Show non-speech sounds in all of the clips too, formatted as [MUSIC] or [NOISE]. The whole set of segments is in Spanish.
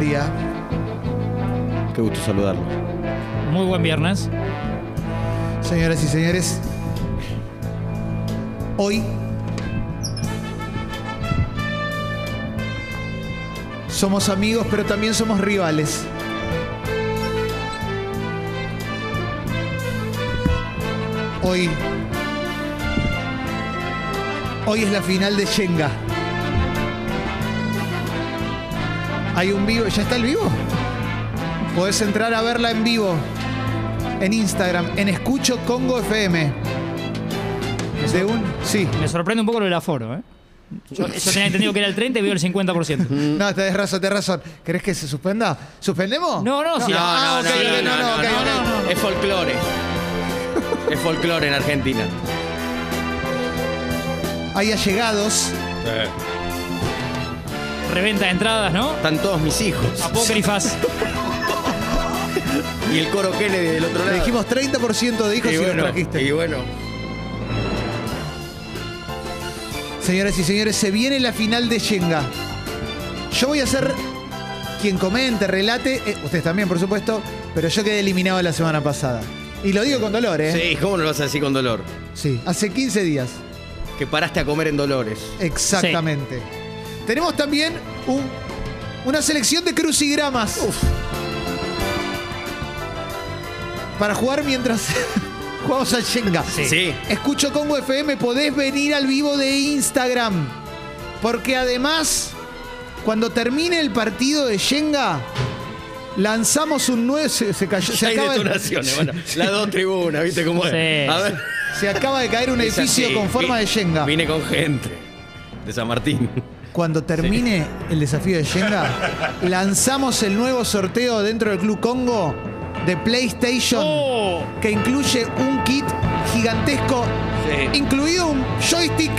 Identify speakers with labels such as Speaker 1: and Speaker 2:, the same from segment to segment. Speaker 1: día. Qué gusto saludarlo.
Speaker 2: Muy buen viernes.
Speaker 1: Señoras y señores, hoy somos amigos, pero también somos rivales. Hoy Hoy es la final de Shenga. Hay un vivo, ¿ya está el vivo? Podés entrar a verla en vivo en Instagram, en Escucho Congo FM. De un, sí.
Speaker 2: Me sorprende un poco lo del aforo, ¿eh? Yo, yo tenía entendido que era el 30 y veo el 50%.
Speaker 1: No, tenés razón, tenés razón. ¿Querés que se suspenda? ¿Suspendemos?
Speaker 2: No, no, si- Ah, ok, ok,
Speaker 1: no, no, ok, ok. [LAUGHS]
Speaker 3: Es folclore. Es folclore en Argentina.
Speaker 1: Hay allegados.
Speaker 2: Reventa de entradas, ¿no?
Speaker 3: Están todos mis hijos.
Speaker 2: Apócrifas.
Speaker 3: Y el coro Kennedy del otro lado.
Speaker 1: Le dijimos 30% de hijos y,
Speaker 3: y
Speaker 1: lo
Speaker 3: bueno,
Speaker 1: trajiste.
Speaker 3: y bueno,
Speaker 1: Señoras y señores, se viene la final de Shenga. Yo voy a ser quien comente, relate, eh, ustedes también, por supuesto, pero yo quedé eliminado la semana pasada. Y lo digo con dolor, ¿eh?
Speaker 3: sí, ¿cómo no lo vas a decir con dolor?
Speaker 1: Sí, hace 15 días.
Speaker 3: Que paraste a comer en Dolores.
Speaker 1: Exactamente. Tenemos también un- una selección de crucigramas. Para jugar mientras [LAUGHS] jugamos al Shenga.
Speaker 2: Sí.
Speaker 3: Sí.
Speaker 1: Escucho Congo FM, podés venir al vivo de Instagram. Porque además, cuando termine el partido de Shenga, lanzamos un nuevo. Se, se cayó- se
Speaker 3: Hay
Speaker 1: acaba de-
Speaker 3: detonaciones, bueno. Las dos tribunas, ¿viste cómo es?
Speaker 2: Sí.
Speaker 3: A ver.
Speaker 1: se acaba de caer un
Speaker 3: Es
Speaker 1: edificio
Speaker 3: así.
Speaker 1: con forma de
Speaker 3: Vi-
Speaker 1: Shenga.
Speaker 3: Vine con gente de San Martín.
Speaker 1: Cuando termine el desafío de
Speaker 2: [LAUGHS]
Speaker 1: Shenga, lanzamos el nuevo sorteo dentro del Club Congo de PlayStation
Speaker 2: ¡Oh!
Speaker 1: que incluye un kit gigantesco,
Speaker 3: Sí.
Speaker 1: incluido un joystick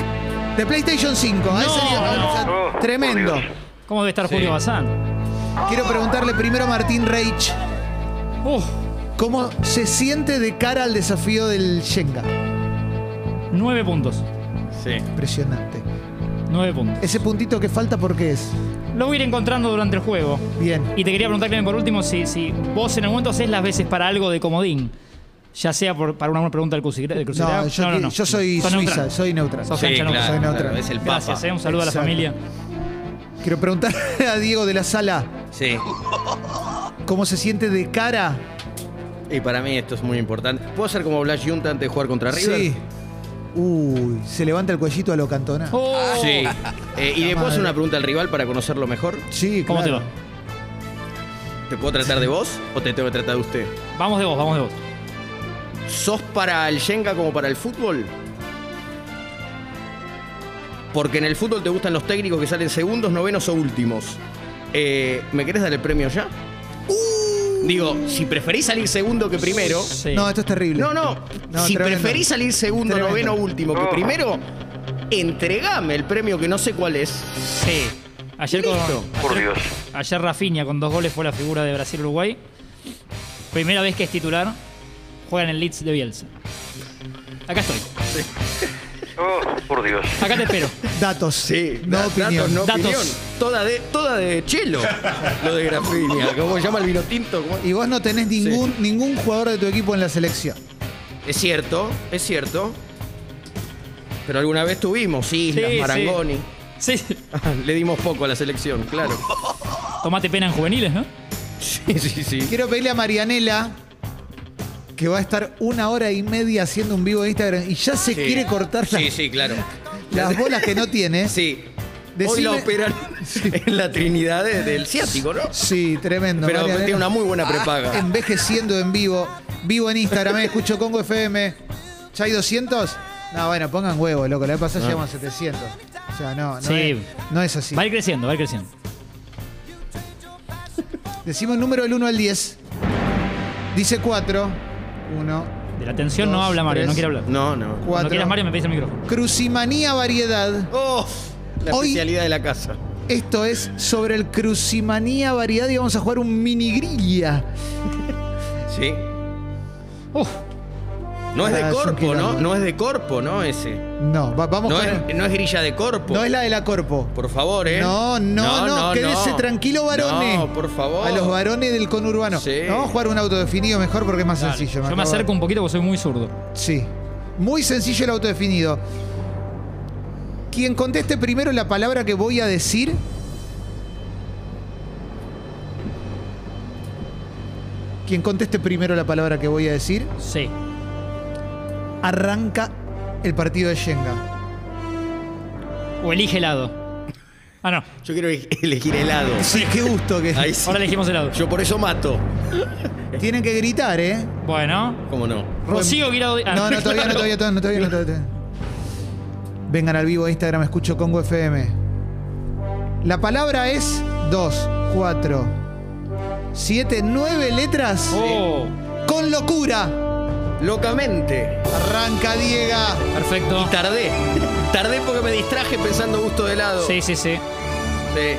Speaker 1: de PlayStation 5. A ese
Speaker 2: No,
Speaker 1: nivel,
Speaker 2: no. Oh,
Speaker 1: o sea, tremendo.
Speaker 2: ¿Cómo debe estar
Speaker 3: Sí.
Speaker 2: Julio Bazán?
Speaker 1: Quiero preguntarle primero a Martín Reich
Speaker 2: Uf,
Speaker 1: cómo se siente de cara al desafío del Shenga.
Speaker 2: nueve puntos.
Speaker 3: Sí.
Speaker 1: Impresionante.
Speaker 2: Nueve puntos.
Speaker 1: Ese puntito que falta, ¿por qué es?
Speaker 2: Lo voy a ir encontrando durante el juego.
Speaker 1: Bien.
Speaker 2: Y te quería preguntar, Clemen, por último, si, si vos en algún momento haces las veces para algo de comodín. Ya sea por- para una pregunta del crucigrama. del crucigrama.
Speaker 1: No, yo, yo soy suiza,
Speaker 2: Sos neutral.
Speaker 1: soy neutral.
Speaker 2: Sos
Speaker 3: Sí,
Speaker 2: cancha neutral.
Speaker 3: claro,
Speaker 1: soy neutral.
Speaker 3: claro, es el Papa. Ah,
Speaker 2: Gracias, eh, un saludo a la
Speaker 1: Exacto.
Speaker 2: familia.
Speaker 1: Quiero preguntar [LAUGHS] a Diego de la Sala
Speaker 3: Sí.
Speaker 1: cómo se siente de cara.
Speaker 3: Y para mí esto es muy importante. ¿Puedo hacer como Blas Junta antes de jugar contra River?
Speaker 1: Sí. Uy, se levanta el cuellito a lo cantona.
Speaker 2: Oh.
Speaker 3: Sí. Eh, y
Speaker 1: La
Speaker 3: le puedo
Speaker 1: madre.
Speaker 3: hacer una pregunta al rival para conocerlo mejor.
Speaker 1: Sí,
Speaker 2: ¿Cómo
Speaker 1: claro.
Speaker 2: te va?
Speaker 3: ¿Te puedo tratar de vos o te tengo que tratar de usted?
Speaker 2: Vamos de vos, vamos de vos.
Speaker 3: ¿Sos para el Yenga como para el fútbol? Porque en el fútbol te gustan los técnicos que salen segundos, novenos o últimos. Eh, ¿Me querés dar el premio ya?
Speaker 1: Uh.
Speaker 3: Digo, si preferís salir segundo que primero.
Speaker 2: Sí.
Speaker 1: No, esto es terrible.
Speaker 3: No, no.
Speaker 1: No,
Speaker 3: si
Speaker 1: tremendo.
Speaker 3: preferís salir segundo,
Speaker 1: Tremendo.
Speaker 3: noveno o último que primero, entregame el premio que no sé cuál es.
Speaker 2: Sí. Ayer con,
Speaker 3: Listo.
Speaker 4: Por Dios.
Speaker 2: Ayer Rafinha con dos goles fue la figura de Brasil-Uruguay. Primera vez que es titular, juega en el Leeds de Bielsa. Acá estoy,
Speaker 4: Oh, por Dios.
Speaker 2: acá te
Speaker 1: [LAUGHS]
Speaker 2: espero.
Speaker 1: Datos.
Speaker 3: Sí,
Speaker 1: no
Speaker 3: da-
Speaker 1: opinión.
Speaker 3: datos, no
Speaker 2: Datos.
Speaker 3: opinión. Toda de, toda de chelo. lo de Grafinia. ¿Cómo se llama el vino tinto? ¿Cómo?
Speaker 1: Y vos no tenés ningún, ningún jugador de tu equipo en la selección.
Speaker 3: Es cierto, es cierto. Pero alguna vez tuvimos Islas,
Speaker 2: Sí,
Speaker 1: [LAUGHS]
Speaker 2: sí.
Speaker 3: Marangoni.
Speaker 2: Sí, sí.
Speaker 3: Le dimos poco a la selección, claro.
Speaker 2: tomate pena en juveniles, ¿no?
Speaker 3: Sí, sí, sí.
Speaker 1: Quiero pedirle a Marianela que va a estar una hora y media haciendo un vivo de Instagram y ya se
Speaker 3: Sí.
Speaker 1: quiere cortar las,
Speaker 3: Sí, sí, claro.
Speaker 1: las bolas que no tiene.
Speaker 3: Sí.
Speaker 1: Decime-
Speaker 3: Hoy
Speaker 1: [LAUGHS]
Speaker 3: la operan en la Trinidad de- del Ciático, ¿no?
Speaker 1: Sí, tremendo.
Speaker 3: Pero
Speaker 1: Marianela.
Speaker 3: tiene una muy buena
Speaker 1: [LAUGHS]
Speaker 3: prepaga.
Speaker 1: Envejeciendo en vivo. Vivo en Instagram, eh, escucho Congo FM. ¿Ya hay 200? No, bueno, pongan huevo, loco. La vez pasada llegamos a 700. O sea, no, no,
Speaker 2: Ah. Sí.
Speaker 1: es, no es así.
Speaker 2: Va a ir creciendo, va a ir creciendo.
Speaker 1: Decimos el número del 1 al 10. Dice 4. 1,
Speaker 2: De la tensión no
Speaker 1: Dos,
Speaker 2: habla Mario, no
Speaker 1: tres.
Speaker 2: quiere hablar. No,
Speaker 3: No, no.
Speaker 2: Cuando
Speaker 1: 4.
Speaker 2: quieras Mario me pedís el micrófono.
Speaker 1: Crucimanía Variedad.
Speaker 3: Oh, la
Speaker 1: Hoy-
Speaker 3: especialidad de la casa.
Speaker 1: Esto es sobre el Crucimanía Variedad y vamos a jugar un mini grilla.
Speaker 3: Sí.
Speaker 2: Uf,
Speaker 3: No es
Speaker 1: Ah,
Speaker 3: de
Speaker 1: es un
Speaker 3: corpo, ¿no?
Speaker 1: quilombo.
Speaker 3: No es de corpo, ¿no? Ese.
Speaker 1: No, va- vamos
Speaker 3: No
Speaker 1: con.
Speaker 3: es, no es grilla de corpo.
Speaker 1: no es la de la Corpo.
Speaker 3: Por favor, ¿eh?
Speaker 1: No, no, no, quédese
Speaker 3: no.
Speaker 1: tranquilo, varones.
Speaker 3: No, por favor.
Speaker 1: A los varones del conurbano.
Speaker 3: Sí.
Speaker 1: No, vamos a jugar un auto definido mejor porque es más
Speaker 2: Dale,
Speaker 1: sencillo.
Speaker 2: Yo me
Speaker 1: acabo-
Speaker 2: acerco un poquito porque soy muy zurdo.
Speaker 1: Sí. Muy sencillo el auto definido. Quien conteste primero la palabra que voy a decir. Quien conteste primero la palabra que voy a decir,
Speaker 2: Sí.
Speaker 1: arranca el partido de Shenga.
Speaker 2: O elige helado. Ah, no.
Speaker 3: Yo quiero e- elegir [LAUGHS] helado.
Speaker 1: Sí, qué gusto que.
Speaker 3: Ahí sí.
Speaker 2: Ahora elegimos helado.
Speaker 3: Yo por eso mato.
Speaker 1: Tienen que gritar, ¿eh?
Speaker 2: Bueno.
Speaker 3: ¿Cómo no?
Speaker 2: Rocío Guirado. ah, [LAUGHS]
Speaker 1: No, no, todavía no, todavía, todavía, no, todavía, no, todavía no. Vengan al vivo a Instagram, escucho Congo FM. La palabra es 2, 4, 7, 9 letras
Speaker 2: Oh,
Speaker 1: con locura.
Speaker 3: Locamente.
Speaker 1: Arranca Diega.
Speaker 2: perfecto.
Speaker 3: Tardé. [LAUGHS] Tardé porque me distraje pensando gusto de helado.
Speaker 2: Sí, sí, sí.
Speaker 3: Sí.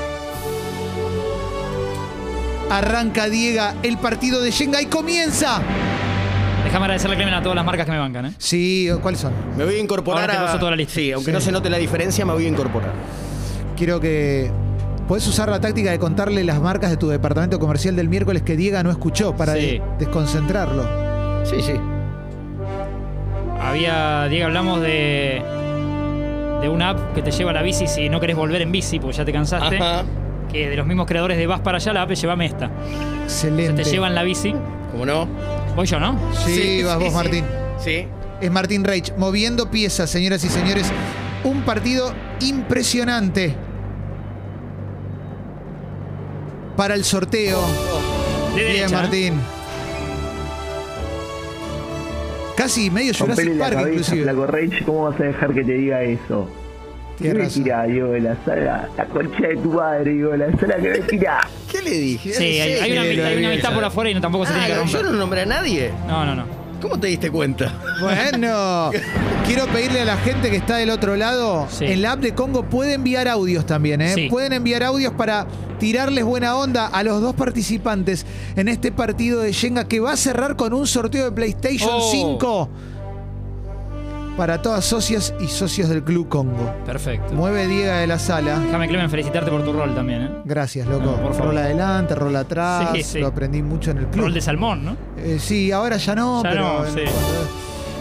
Speaker 1: Arranca Diega. El partido de Shenga y comienza.
Speaker 2: Déjame agradecerle Clemen a todas las marcas que me bancan, ¿eh?
Speaker 1: Sí, ¿cuáles son?
Speaker 3: Me voy a incorporar
Speaker 2: Ahora te
Speaker 3: a.
Speaker 2: paso toda la lista.
Speaker 3: Sí, aunque
Speaker 1: Sí.
Speaker 3: no se note la diferencia, me voy a incorporar.
Speaker 1: Quiero que. Podés usar la táctica de contarle las marcas de tu departamento comercial del miércoles que Diega no escuchó para
Speaker 2: Sí.
Speaker 1: de- desconcentrarlo.
Speaker 3: Sí, sí.
Speaker 2: Había, Diego, hablamos de, de una app que te lleva a la bici si no querés volver en bici porque ya te cansaste.
Speaker 3: Ajá.
Speaker 2: Que de los mismos creadores de Vas para allá, la app es Llévame esta. Se
Speaker 1: Excelente.
Speaker 2: te llevan la bici.
Speaker 3: ¿Cómo no?
Speaker 2: Voy yo, ¿no?
Speaker 1: Sí, vas vos,
Speaker 3: sí.
Speaker 1: Martín.
Speaker 3: Sí.
Speaker 1: Es Martín Reich, moviendo piezas, señoras y señores. Un partido impresionante para el sorteo.
Speaker 2: De
Speaker 1: Bien,
Speaker 2: derecha, ¿eh?
Speaker 1: Martín. Casi medio
Speaker 5: Rompele
Speaker 1: Jurassic
Speaker 5: la
Speaker 1: Park,
Speaker 5: cabeza,
Speaker 1: inclusive.
Speaker 5: Flaco Rage, ¿cómo vas a dejar que te diga eso? ¿Qué
Speaker 1: Tienes
Speaker 5: me
Speaker 1: razón.
Speaker 5: tirá, Diego, de la sala? La concha de tu madre, digo, de la sala que me tirá.
Speaker 3: [LAUGHS] ¿Qué le dije?
Speaker 2: Sí, hay, hay una,
Speaker 1: sí,
Speaker 2: amistad- hay una
Speaker 1: lo
Speaker 2: amistad por afuera y no, tampoco se tiene que
Speaker 3: Ah, yo
Speaker 2: romper.
Speaker 3: no nombré a nadie.
Speaker 2: No, no, no.
Speaker 3: ¿Cómo te diste cuenta?
Speaker 1: Bueno, quiero pedirle a la gente que está del otro lado,
Speaker 2: Sí.
Speaker 1: en la app de Congo puede enviar audios también, ¿eh?
Speaker 2: Sí.
Speaker 1: Pueden enviar audios para tirarles buena onda a los dos participantes en este partido de Shenga que va a cerrar con un sorteo de PlayStation
Speaker 2: Oh.
Speaker 1: 5 para todas socias y socios del Club Congo.
Speaker 2: Perfecto.
Speaker 1: Mueve Diega de la sala.
Speaker 2: Déjame, Clemen, felicitarte por tu rol también, ¿eh?
Speaker 1: Gracias, loco.
Speaker 2: No, por favor.
Speaker 1: Rola adelante, rola atrás.
Speaker 2: Sí, sí.
Speaker 1: Lo aprendí mucho en el club.
Speaker 2: Rol de salmón, ¿no?
Speaker 1: Eh, sí, ahora ya no,
Speaker 2: Ya
Speaker 1: pero.
Speaker 2: no, sí.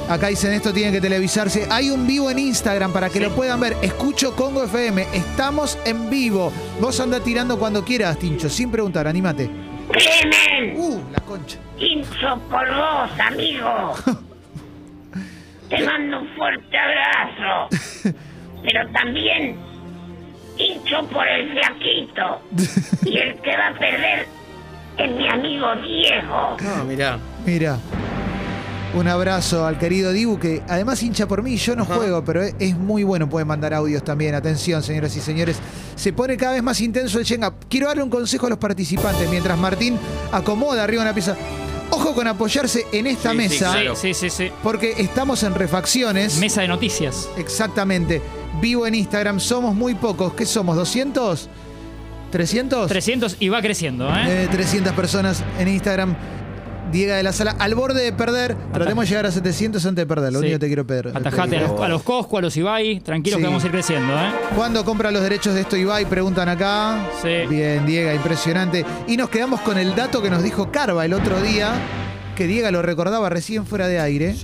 Speaker 1: Acá dicen esto, tiene que televisarse. Hay un vivo en Instagram para que
Speaker 2: Sí.
Speaker 1: lo puedan ver. Escucho Congo FM, estamos en vivo. Vos anda tirando cuando quieras, Tincho, sin preguntar, anímate.
Speaker 6: Clemen,
Speaker 1: Uh, la concha.
Speaker 6: hincho por vos, amigo. Te mando un fuerte abrazo. Pero también hincho por el flaquito. Y el que va a perder es mi amigo Diego.
Speaker 3: No, mirá.
Speaker 1: Mira. Un abrazo al querido Dibu, que además hincha por mí, yo no juego, pero es- es muy bueno, puede mandar audios también. Atención, señoras y señores. Se pone cada vez más intenso el Shenga. Quiero darle un consejo a los participantes mientras Martín acomoda arriba una pieza. Ojo con apoyarse en esta
Speaker 3: Sí, sí,
Speaker 1: mesa,
Speaker 3: Claro.
Speaker 2: Sí, sí, sí.
Speaker 1: porque estamos en refacciones.
Speaker 2: Mesa de noticias.
Speaker 1: Exactamente. Vivo en Instagram, somos muy pocos. ¿Qué somos? ¿200? ¿300?
Speaker 2: 300 y va creciendo, ¿eh?
Speaker 1: Eh, 300 personas en Instagram. Diega de la Sala, al borde de perder. Tratemos de llegar a 700 antes de perder. Lo
Speaker 2: Sí.
Speaker 1: único que te quiero pedir.
Speaker 2: Atajate a los, a los Coscu, a los Ibai. Tranquilos
Speaker 1: Sí.
Speaker 2: que vamos a ir creciendo, ¿eh?
Speaker 1: ¿Cuándo compra los derechos de esto Ibai? Preguntan acá.
Speaker 2: Sí.
Speaker 1: Bien, Diega, impresionante. Y nos quedamos con el dato que nos dijo Carva el otro día, que Diega lo recordaba recién fuera de aire.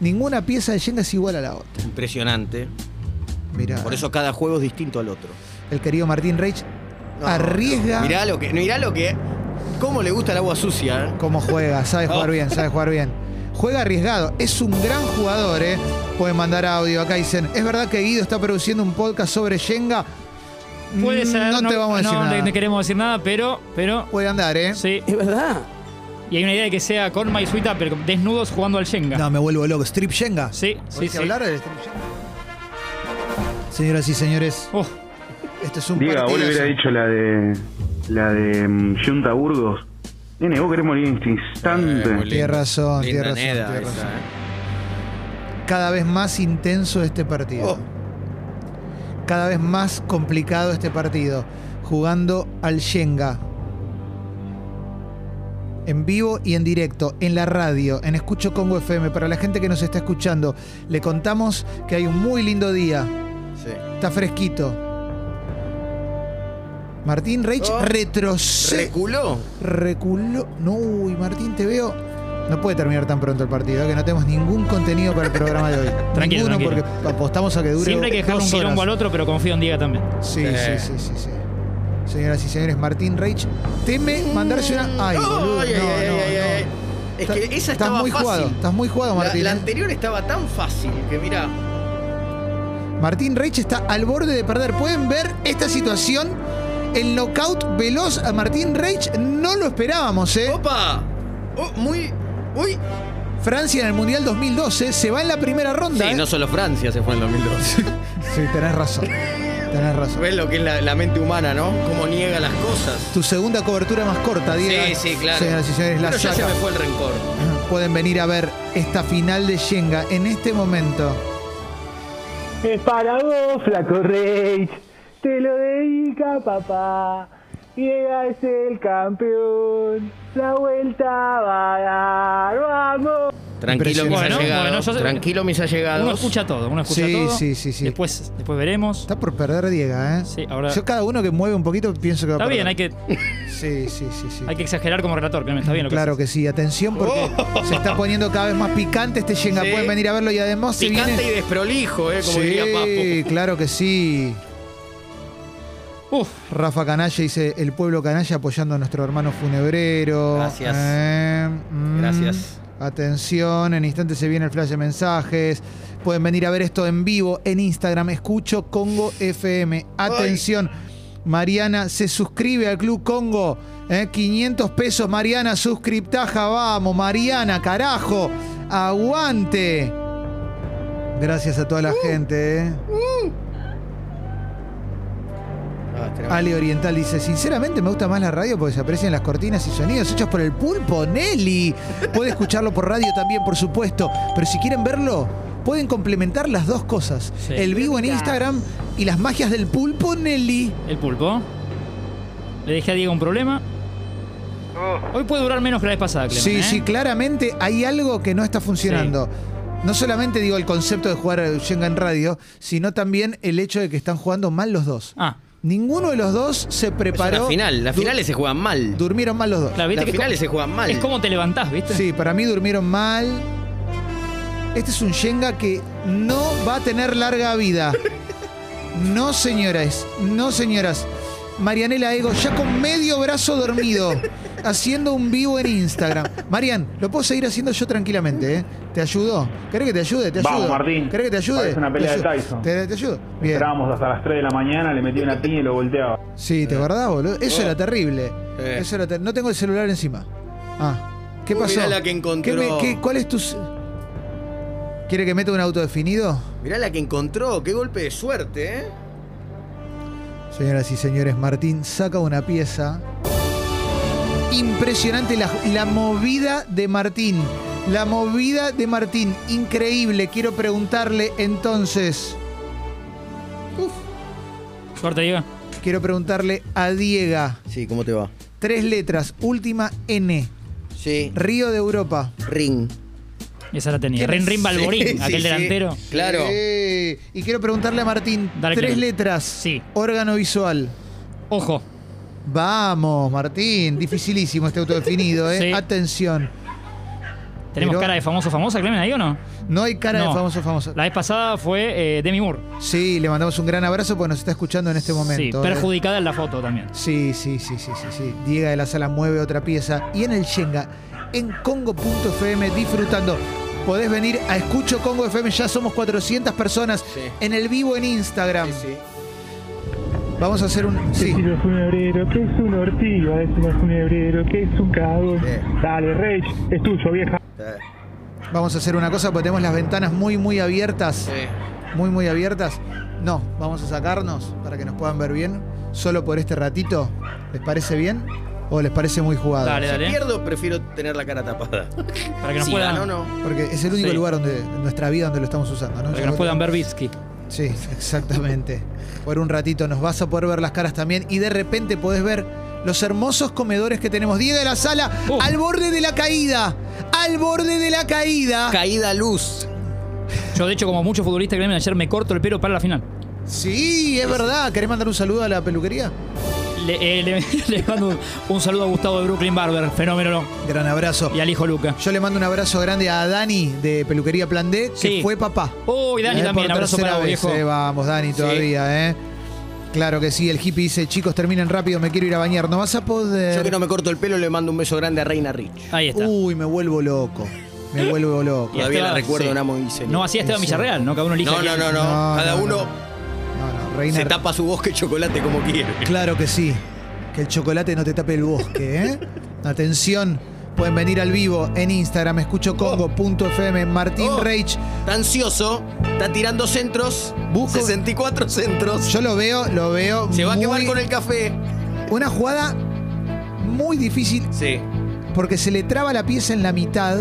Speaker 1: Ninguna pieza de Shenga es igual a la otra.
Speaker 3: Impresionante.
Speaker 1: Mirá,
Speaker 3: Por eso cada juego es distinto al otro.
Speaker 1: el querido Martín Reich
Speaker 3: No,
Speaker 1: arriesga
Speaker 3: Mirá lo que. Mirá lo que. ¿Cómo le gusta el agua sucia? eh?
Speaker 1: cómo juega, sabe jugar
Speaker 3: Oh.
Speaker 1: bien, sabe jugar bien. Juega arriesgado, es un gran jugador, ¿eh? Pueden mandar audio acá, dicen, ¿es verdad que Guido está produciendo un podcast sobre Shenga?
Speaker 2: Puede
Speaker 1: Mm,
Speaker 2: ser.
Speaker 1: No, te vamos a decir
Speaker 2: no
Speaker 1: nada.
Speaker 2: te- te queremos decir nada, pero. pero
Speaker 1: Puede andar, ¿eh?
Speaker 2: sí. Es verdad. Y hay una idea de que sea con My Sweet pero desnudos jugando al Shenga.
Speaker 1: No, me vuelvo loco. ¿Strip Shenga?
Speaker 2: Sí, sí,
Speaker 1: ¿Oíste
Speaker 2: sí.
Speaker 1: hablar del Strip Shenga? Señoras y señores,
Speaker 2: Uf,
Speaker 1: este es un
Speaker 7: Diga, vos
Speaker 1: partidazo.
Speaker 7: le hubiera dicho la de. La de mm, Junta Burgos. Nene, vos querés morir en este instante.
Speaker 3: Eh, muy
Speaker 1: Tiene
Speaker 3: linda.
Speaker 1: razón,
Speaker 3: Linda
Speaker 1: tiene razón,
Speaker 3: neda
Speaker 1: tiene
Speaker 3: esa,
Speaker 1: razón.
Speaker 3: eh.
Speaker 1: Cada vez más intenso este partido.
Speaker 3: Oh.
Speaker 1: Cada vez más complicado este partido. Jugando al Shenga. en vivo y en directo, en la radio, en Escucho Congo FM. Para la gente que nos está escuchando, le contamos que hay un muy lindo día.
Speaker 3: Sí.
Speaker 1: Está fresquito. Martín Reich
Speaker 3: Oh.
Speaker 1: retrocede.
Speaker 3: Reculó.
Speaker 1: Reculó. No, uy, Martín, te veo. No puede terminar tan pronto el partido, ¿eh? que no tenemos ningún contenido para el programa de hoy.
Speaker 2: [LAUGHS] Tranquilo,
Speaker 1: Ninguno,
Speaker 2: tranquilo.
Speaker 1: porque apostamos a que dure.
Speaker 2: Siempre hay que dejar
Speaker 1: dos
Speaker 2: un
Speaker 1: horas.
Speaker 2: quilombo al otro, pero confío en Diego también.
Speaker 1: Sí, sí,
Speaker 3: Eh.
Speaker 1: sí, sí, sí. Señoras y señores, Martín Reich teme mandarse una. Ay,
Speaker 3: Ay,
Speaker 1: boludo,
Speaker 3: ay,
Speaker 1: no,
Speaker 3: ay,
Speaker 1: no,
Speaker 3: ay,
Speaker 1: no.
Speaker 3: ay. Es
Speaker 1: Está-
Speaker 3: que esa
Speaker 1: estás
Speaker 3: estaba
Speaker 1: muy
Speaker 3: fácil.
Speaker 1: jugado, estás muy jugado,
Speaker 3: La-
Speaker 1: Martín.
Speaker 3: La,
Speaker 1: ¿eh?
Speaker 3: anterior estaba tan fácil que mira,
Speaker 1: Martín Reich está al borde de perder. Pueden ver esta situación. El knockout veloz a Martín Reich no lo esperábamos, ¿eh?
Speaker 3: opa, Oh, muy, uy.
Speaker 1: Francia en el Mundial 2012 se va en la primera ronda. ¿eh?
Speaker 3: solo Francia se fue en 2002.
Speaker 1: Sí, tenés razón. Tenés razón.
Speaker 3: Ves lo que es la, la mente humana, ¿no? Cómo niega las cosas.
Speaker 1: Tu segunda cobertura más corta, Diego.
Speaker 3: Sí, sí, claro.
Speaker 1: Señoras y señores, la
Speaker 3: Pero ya se
Speaker 1: saca.
Speaker 3: me fue el rencor.
Speaker 1: Pueden venir a ver esta final de Shenga en este momento.
Speaker 5: Es para vos, flaco rey. Te lo dedica papá. Llega es el campeón. La vuelta va a dar. ¡Vamos!
Speaker 3: Tranquilo, mis
Speaker 2: Bueno,
Speaker 3: allegados.
Speaker 2: bueno, yo-
Speaker 3: Tranquilo, mis allegados.
Speaker 2: Uno escucha todo, uno escucha
Speaker 1: Sí,
Speaker 2: todo.
Speaker 1: sí, sí, sí.
Speaker 2: Después, después veremos.
Speaker 1: Está por perder Diego, ¿eh?
Speaker 2: Sí, ahora-
Speaker 1: Yo cada uno que mueve un poquito pienso que va
Speaker 2: Está
Speaker 1: a
Speaker 2: bien,
Speaker 1: perder.
Speaker 2: hay que,
Speaker 1: Sí, sí, sí, sí.
Speaker 2: hay que exagerar como relator, Clemen, está bien lo que
Speaker 1: Claro
Speaker 2: haces.
Speaker 1: que sí, atención porque se está poniendo cada vez más picante este Shenga.
Speaker 3: Oh. Sí.
Speaker 1: Pueden venir a verlo y además se
Speaker 3: Picante
Speaker 1: viene...
Speaker 3: y desprolijo, ¿eh? Como diría
Speaker 1: Sí,
Speaker 3: Papo.
Speaker 1: claro que sí.
Speaker 2: Uf,
Speaker 1: Rafa Canalla dice, el pueblo canalla apoyando a nuestro hermano funebrero.
Speaker 3: Gracias.
Speaker 1: Eh, mm.
Speaker 3: Gracias.
Speaker 1: Atención, en instante se viene el flash de mensajes. Pueden venir a ver esto en vivo en Instagram. Escucho Congo FM. Atención, Mariana se suscribe al Club Congo. eh, 500 pesos, Mariana, suscriptaja. Vamos, Mariana, carajo. Aguante. Gracias a toda la gente. eh.
Speaker 3: Ah, tremendo.
Speaker 1: Ale Oriental dice, sinceramente me gusta más la radio porque se aprecian las cortinas y sonidos hechos por el pulpo, Nelly. Puede escucharlo por radio también, por supuesto, pero si quieren verlo, pueden complementar las dos cosas.
Speaker 2: Sí.
Speaker 1: El vivo en Instagram y las magias del pulpo, Nelly.
Speaker 2: el pulpo. Le dejé a Diego un problema.
Speaker 4: Oh,
Speaker 2: Hoy puede durar menos que la vez pasada, Clemen.
Speaker 1: Sí,
Speaker 2: ¿eh?
Speaker 1: sí, claramente hay algo que no está funcionando. No solamente digo el concepto de jugar al Shenga en radio, sino también el hecho de que están jugando mal los dos.
Speaker 2: Ah,
Speaker 1: Ninguno de los dos se preparó.
Speaker 3: La final, las
Speaker 1: Du-
Speaker 3: finales se juegan mal.
Speaker 1: Durmieron mal los dos.
Speaker 2: claro, viste
Speaker 3: Las
Speaker 2: que es
Speaker 3: finales se juegan
Speaker 2: como-
Speaker 3: mal.
Speaker 2: es como te levantás, ¿viste?
Speaker 1: Sí, para mí durmieron mal. Este es un Shenga que no va a tener larga vida. No, señoras, no, señoras. Marianela Ego, ya con medio brazo dormido, haciendo un vivo en Instagram. Marian, lo puedo seguir haciendo yo tranquilamente, ¿eh? ¿Te ayudó? ¿Querés que te ayude? ¿Te ayudo?
Speaker 7: Vamos, Martín.
Speaker 1: ¿Querés que te ayude?
Speaker 7: Parece una pelea
Speaker 1: Te
Speaker 7: de
Speaker 1: ayu-
Speaker 7: Tyson.
Speaker 1: ¿Te, te ayudo? Bien.
Speaker 7: Esperábamos hasta las 3 de la mañana, le metí una piña y lo volteaba.
Speaker 1: Sí, ¿te acordás, boludo? Eso
Speaker 3: Oh.
Speaker 1: era terrible.
Speaker 3: Eh.
Speaker 1: Eso era ter- No tengo el celular encima. Ah. ¿Qué
Speaker 3: Uy,
Speaker 1: pasó?
Speaker 3: mirá la que encontró.
Speaker 1: ¿Qué qué- ¿Cuál es tu. ce- ¿Quiere que meta un auto definido?
Speaker 3: Mirá la que encontró, qué golpe de suerte, ¿eh?
Speaker 1: Señoras y señores, Martín saca una pieza. Impresionante la, la movida de Martín. La movida de Martín. Increíble. Quiero preguntarle entonces.
Speaker 2: Corta, Diego.
Speaker 1: Quiero preguntarle a Diega.
Speaker 3: Sí, ¿cómo te va?
Speaker 1: Tres letras. Última N.
Speaker 3: Sí.
Speaker 1: Río de Europa.
Speaker 3: Ring.
Speaker 2: Esa la tenía.
Speaker 1: ¿Quién
Speaker 2: Rin Rin Balborín,
Speaker 3: Sí, sí,
Speaker 2: aquel
Speaker 3: sí.
Speaker 2: delantero.
Speaker 3: Claro.
Speaker 1: Eh, y quiero preguntarle a Martín,
Speaker 2: Dale,
Speaker 1: tres
Speaker 2: Clemen.
Speaker 1: letras.
Speaker 2: Sí.
Speaker 1: Órgano visual.
Speaker 2: Ojo.
Speaker 1: Vamos, Martín. Dificilísimo este autodefinido, ¿eh?
Speaker 2: Sí.
Speaker 1: Atención.
Speaker 2: ¿Tenemos
Speaker 1: Pero-
Speaker 2: cara de famoso famosa, Clemen, ahí o no?
Speaker 1: No hay cara de
Speaker 2: No.
Speaker 1: famoso famoso.
Speaker 2: La vez pasada fue eh, Demi Moore.
Speaker 1: Sí, le mandamos un gran abrazo porque nos está escuchando en este momento.
Speaker 8: eh.
Speaker 2: sí, perjudicada en la foto también.
Speaker 1: Sí, sí, sí, sí, sí, sí. Diego de la Sala mueve otra pieza. Y en el Shenga, en congo.fm, disfrutando. Podés venir a Escucho Congo FM, ya somos 400 personas
Speaker 3: Sí.
Speaker 1: en el vivo en Instagram.
Speaker 3: Sí, sí.
Speaker 1: Vamos a hacer un...
Speaker 2: [LAUGHS]
Speaker 1: Sí.
Speaker 5: un funebrero, que es un ortigo, es un funebrero, que es un cagón.
Speaker 3: Sí.
Speaker 5: Dale, Rage, es tuyo, vieja.
Speaker 3: Eh,
Speaker 1: Vamos a hacer una cosa porque tenemos las ventanas muy, muy abiertas.
Speaker 3: sí.
Speaker 1: Muy, muy abiertas. No, vamos a sacarnos para que nos puedan ver bien. Solo por este ratito. ¿Les parece bien? ¿O les parece muy jugado?
Speaker 2: Dale,
Speaker 3: Si
Speaker 2: dale.
Speaker 3: pierdo, prefiero tener la cara tapada.
Speaker 2: Para que nos
Speaker 3: Si
Speaker 2: puedan,
Speaker 3: gano, no.
Speaker 1: Porque es el único
Speaker 2: Sí.
Speaker 1: lugar donde, en nuestra vida donde lo estamos usando, ¿no?
Speaker 2: para que nos puedan ver Bitsky.
Speaker 1: Sí, [LAUGHS] exactamente. Por un ratito nos vas a poder ver las caras también y de repente podés ver los hermosos comedores que tenemos. Diego de la Sala,
Speaker 2: Uh.
Speaker 1: al borde de la caída. Al borde de la caída.
Speaker 3: Caída luz.
Speaker 2: Yo, de hecho, como muchos futbolistas que vienen ayer, me corto el pelo para la final.
Speaker 1: sí, es verdad. ¿Querés mandar un saludo a la peluquería?
Speaker 2: Le, [LAUGHS] eh, le- le mando un, un saludo a Gustavo de Brooklyn Barber, fenómeno,
Speaker 1: Gran abrazo.
Speaker 2: y al hijo Luca.
Speaker 1: Yo le mando un abrazo grande a Dani de Peluquería Plan D, que
Speaker 2: Sí.
Speaker 1: fue papá.
Speaker 2: Uy, Dani
Speaker 1: Eh,
Speaker 2: también,
Speaker 1: por
Speaker 2: abrazo
Speaker 1: tercera
Speaker 2: para vos,
Speaker 1: vez,
Speaker 2: viejo.
Speaker 1: eh, vamos, Dani, todavía, ¿eh? Claro que sí, el hippie dice, chicos, terminen rápido, me quiero ir a bañar. No vas a poder...
Speaker 3: Yo que no me corto el pelo le mando un beso grande a Reina Rich.
Speaker 2: Ahí está.
Speaker 8: Uh,
Speaker 1: Uy, me vuelvo loco. Me vuelvo
Speaker 2: [LAUGHS]
Speaker 1: loco.
Speaker 3: Todavía
Speaker 2: Esteban-
Speaker 3: la recuerdo
Speaker 2: sí.
Speaker 3: en Amo y Señor.
Speaker 2: No hacía Esteban Villarreal, ¿no? Cada uno elige.
Speaker 3: No,
Speaker 2: a
Speaker 3: no,
Speaker 2: quién.
Speaker 3: no, no.
Speaker 1: No,
Speaker 3: Cada
Speaker 1: no,
Speaker 3: uno
Speaker 1: No, no,
Speaker 3: se
Speaker 1: Reina...
Speaker 3: tapa su bosque de chocolate como quiere.
Speaker 1: Claro que sí. Que el chocolate no te tape el bosque,
Speaker 2: [LAUGHS]
Speaker 1: ¿eh? Atención, pueden venir al vivo en Instagram, escuchocongo.fm, Martín
Speaker 3: Oh.
Speaker 1: Reich.
Speaker 3: Está ansioso, está tirando centros,
Speaker 1: Busco-
Speaker 3: 64 centros.
Speaker 1: Yo lo veo, lo veo.
Speaker 3: Se va a
Speaker 1: muy-
Speaker 3: quemar con el café.
Speaker 1: Una jugada muy difícil
Speaker 3: Sí.
Speaker 1: porque se le traba la pieza en la mitad.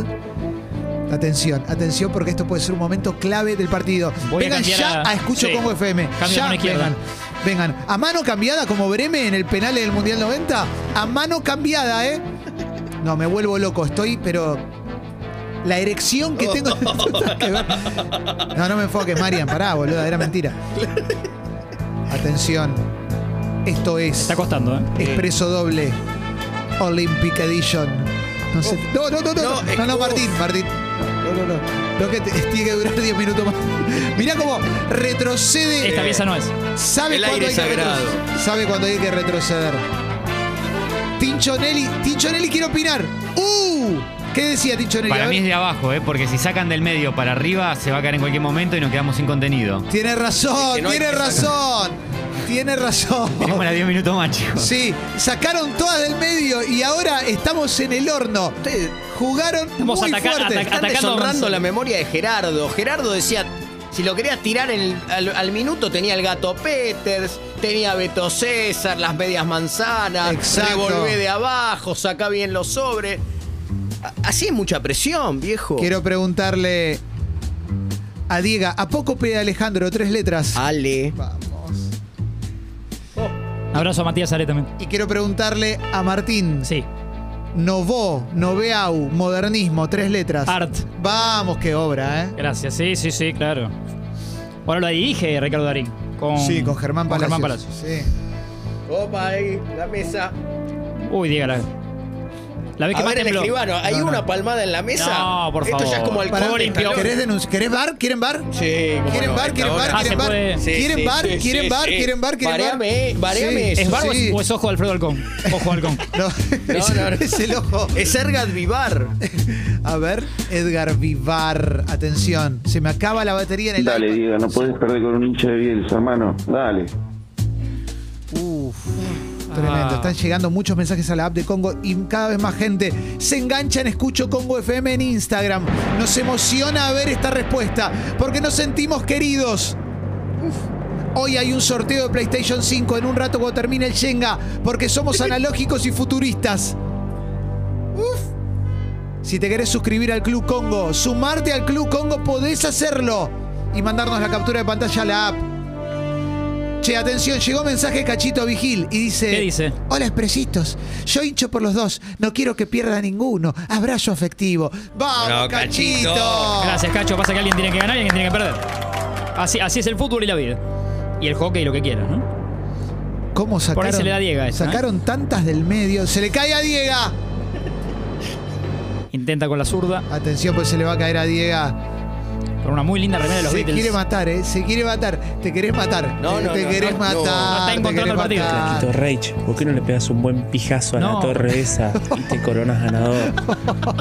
Speaker 1: Atención, atención, porque esto puede ser un momento clave del partido.
Speaker 2: Voy a
Speaker 1: vengan
Speaker 2: cambiar
Speaker 1: ya
Speaker 2: a-
Speaker 1: a, Escucho
Speaker 2: sí.
Speaker 1: Congo FM.
Speaker 2: Cambio
Speaker 1: ya
Speaker 2: a mano izquierda.
Speaker 1: vengan. Vengan. A mano cambiada, como Breme en el penal del Mundial 90. A mano cambiada, ¿eh? No, me vuelvo loco. Estoy, pero. La erección que
Speaker 2: [LAUGHS]
Speaker 1: tengo. no, no me enfoques, Marian. Pará, boluda, era mentira. Atención. Esto es.
Speaker 2: Está costando, ¿eh?
Speaker 1: Expreso doble. Olympic Edition. No, sé- no, no, no, no,
Speaker 3: Oh. No,
Speaker 1: no, no, no,
Speaker 3: es-
Speaker 1: Martín, Martín. No, no, no. Lo que te- tiene que durar 10 minutos más. [LAUGHS] Mirá cómo retrocede.
Speaker 8: Eh,
Speaker 2: Esta pieza no es.
Speaker 1: sabe
Speaker 3: El
Speaker 1: cuándo
Speaker 3: aire
Speaker 1: hay que
Speaker 3: sagrado.
Speaker 1: retroceder. Sabe cuándo hay que retroceder. Tinchonelli, Tinchonelli quiere opinar. ¡Uh! ¿Qué decía Tinchonelli? A
Speaker 8: Para mí
Speaker 1: ver.
Speaker 8: es de abajo, ¿eh? porque si sacan del medio para arriba se va a caer en cualquier momento y nos quedamos sin contenido.
Speaker 1: Tiene razón,
Speaker 3: que no hay
Speaker 1: tiene
Speaker 3: que sacar.
Speaker 1: razón. Tiene razón.
Speaker 8: Tenemos las 10 minutos más, chicos.
Speaker 1: Sí, sacaron todas del medio y ahora estamos en el horno.
Speaker 3: Ustedes
Speaker 1: Jugaron
Speaker 2: Estamos
Speaker 1: muy
Speaker 2: ataca-
Speaker 1: fuerte.
Speaker 2: ataca-
Speaker 3: están
Speaker 2: Atacando a
Speaker 3: deshonrando
Speaker 2: Gonzalo.
Speaker 3: la memoria de Gerardo. Gerardo decía, si lo querías tirar en- al, al minuto, tenía el gato Peters, tenía Beto César, las medias manzanas,
Speaker 1: Exacto.
Speaker 3: revolvé de abajo, saca bien los sobres. A- Así es mucha presión, viejo.
Speaker 1: Quiero preguntarle a Diego, ¿a poco pide Alejandro tres letras?
Speaker 3: Ah. Ale.
Speaker 1: Vamos.
Speaker 2: Abrazo a Matías Are también.
Speaker 1: Y quiero preguntarle a Martín,
Speaker 2: Sí.
Speaker 1: Novo, Noveau, Modernismo, tres letras.
Speaker 2: Art.
Speaker 1: Vamos, qué obra, ¿eh?
Speaker 2: Gracias. Sí, sí, sí, claro. Ahora lo dirige Ricardo Darín. Con,
Speaker 1: sí, con Germán Palacios.
Speaker 2: Germán
Speaker 1: Sí.
Speaker 3: Opa, ahí, la mesa.
Speaker 2: Uy, dígala. La vez que
Speaker 3: A
Speaker 2: más
Speaker 3: ver, el
Speaker 2: tembló.
Speaker 3: escribano, ¿hay
Speaker 1: No, no.
Speaker 3: una palmada en la mesa?
Speaker 2: No, por
Speaker 3: Esto ya es
Speaker 2: favor.
Speaker 3: como el
Speaker 1: Pará,
Speaker 3: corte,
Speaker 2: limpio.
Speaker 3: ¿no?
Speaker 1: ¿querés, denunci- ¿Querés bar? ¿Quieren bar?
Speaker 3: Sí, cómo
Speaker 1: ¿Quieren
Speaker 3: no,
Speaker 1: bar?
Speaker 3: esta
Speaker 1: ¿Quieren
Speaker 3: hora.
Speaker 1: bar?
Speaker 2: Ah,
Speaker 1: ¿Quieren
Speaker 2: se
Speaker 1: bar?
Speaker 2: puede.
Speaker 3: Sí,
Speaker 1: ¿Quieren
Speaker 3: sí,
Speaker 1: bar?
Speaker 3: sí,
Speaker 1: ¿Quieren
Speaker 3: sí,
Speaker 1: bar?
Speaker 3: sí.
Speaker 1: ¿Quieren bar? ¿Quieren bar?
Speaker 3: Bareame, bareame
Speaker 1: Sí,
Speaker 2: ¿Es barba
Speaker 1: sí.
Speaker 2: o es ojo de Alfredo
Speaker 1: [LAUGHS]
Speaker 2: Halcón? Ojo de Halcón.
Speaker 1: No, [LAUGHS] es,
Speaker 3: no, no.
Speaker 1: es el ojo.
Speaker 3: Es Ergat Vivar.
Speaker 1: [LAUGHS] A ver, Edgar Vivar, atención, se me acaba la batería en el
Speaker 7: Dale,
Speaker 1: iPad.
Speaker 7: Diego, no podés perder con un hincha de Bielsa, hermano. Dale.
Speaker 1: Uf, tremendo. Están llegando muchos mensajes a la app de Congo y cada vez más gente se engancha en Escucho Congo FM en Instagram. Nos emociona ver esta respuesta porque nos sentimos queridos. Hoy hay un sorteo de PlayStation 5 en un rato cuando termine el Shenga porque somos analógicos y futuristas. Si te querés suscribir al Club Congo, sumarte al Club Congo, podés hacerlo y mandarnos la captura de pantalla a la app. Che, atención, llegó mensaje Cachito Vigil y dice...
Speaker 2: ¿Qué dice?
Speaker 1: Hola, expresitos. Yo hincho por los dos. No quiero que pierda ninguno. Abrazo afectivo. ¡Vamos,
Speaker 3: No, Cachito!
Speaker 1: Cachito!
Speaker 2: Gracias, Cacho. Pasa que alguien tiene que ganar y alguien tiene que perder. Así, así es el fútbol y la vida. Y el hockey y lo que quieras, ¿no?
Speaker 1: ¿Cómo sacaron?
Speaker 2: Por ahí se le da Diega esa,
Speaker 1: sacaron tantas del medio. ¡Se le cae a Diega!
Speaker 2: Intenta con la zurda,
Speaker 1: Atención, pues se le va a caer a Diega.
Speaker 2: con una muy linda remera de los
Speaker 1: se
Speaker 2: Beatles.
Speaker 1: quiere matar, ¿eh? Se quiere matar. Te querés matar.
Speaker 3: No,
Speaker 1: te,
Speaker 3: no,
Speaker 1: te
Speaker 3: no,
Speaker 1: querés
Speaker 3: no.
Speaker 1: matar.
Speaker 3: No, no
Speaker 2: está
Speaker 1: te
Speaker 2: encontrando
Speaker 1: querés
Speaker 2: el partido.
Speaker 1: matar.
Speaker 9: Pato Reich, ¿por qué no le pegas un buen pijazo a
Speaker 2: No.
Speaker 9: la torre esa y te coronas ganador?